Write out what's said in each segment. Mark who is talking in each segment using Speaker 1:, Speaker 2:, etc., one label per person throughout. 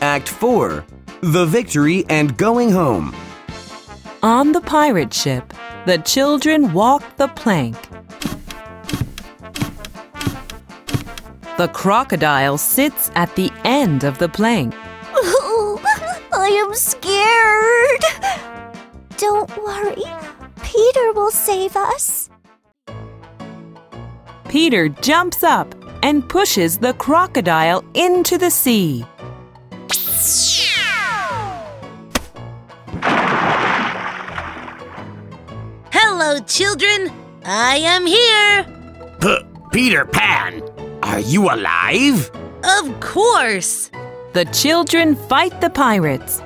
Speaker 1: Act 4 The Victory and Going Home.
Speaker 2: On the pirate ship, the children walked the plank. The crocodile sits at the end of the plank.
Speaker 3: Oh, I am scared. Don't worry, Peter will save us.
Speaker 2: Peter jumps up and pushes the crocodile into the sea.
Speaker 4: Hello, children. I am here.
Speaker 5: P- Peter Pan, are you alive?
Speaker 4: Of course.
Speaker 2: The children fight the pirates.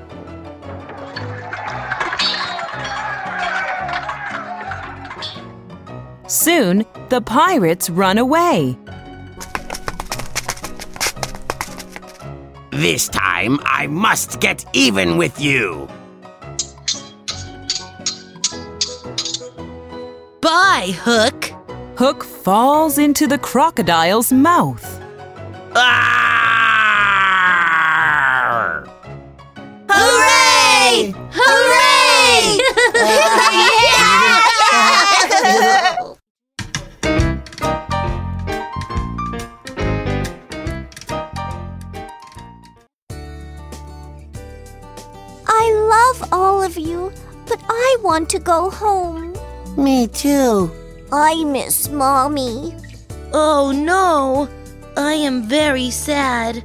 Speaker 2: Soon, the pirates run away.
Speaker 5: This time I must get even with you.
Speaker 4: Bye, Hook.
Speaker 2: Hook falls into the crocodile's mouth.
Speaker 5: Arr!
Speaker 3: Hooray! Hooray! I love all of you, but I want to go home.
Speaker 6: Me too.
Speaker 3: I miss Mommy.
Speaker 4: Oh no, I am very sad.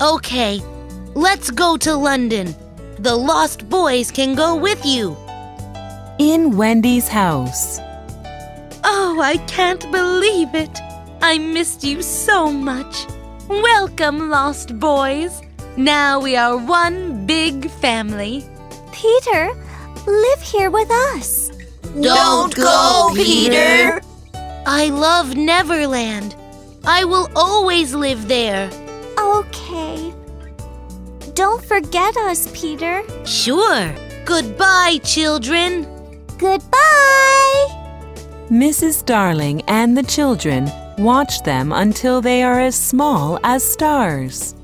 Speaker 4: Okay, let's go to London. The Lost Boys can go with you.
Speaker 2: In Wendy's house,
Speaker 4: Oh, I can't believe it. I missed you so much. Welcome, Lost Boys. Now we are one big family.
Speaker 3: Peter, live here with us.
Speaker 4: Don't go, Peter. I love Neverland. I will always live there.
Speaker 3: Okay. Don't forget us, Peter.
Speaker 4: Sure. Goodbye, children.
Speaker 3: Goodbye.
Speaker 2: Mrs. Darling and the children watch them until they are as small as stars.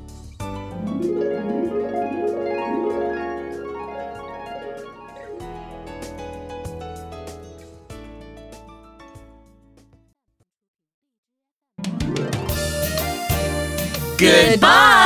Speaker 5: Goodbye.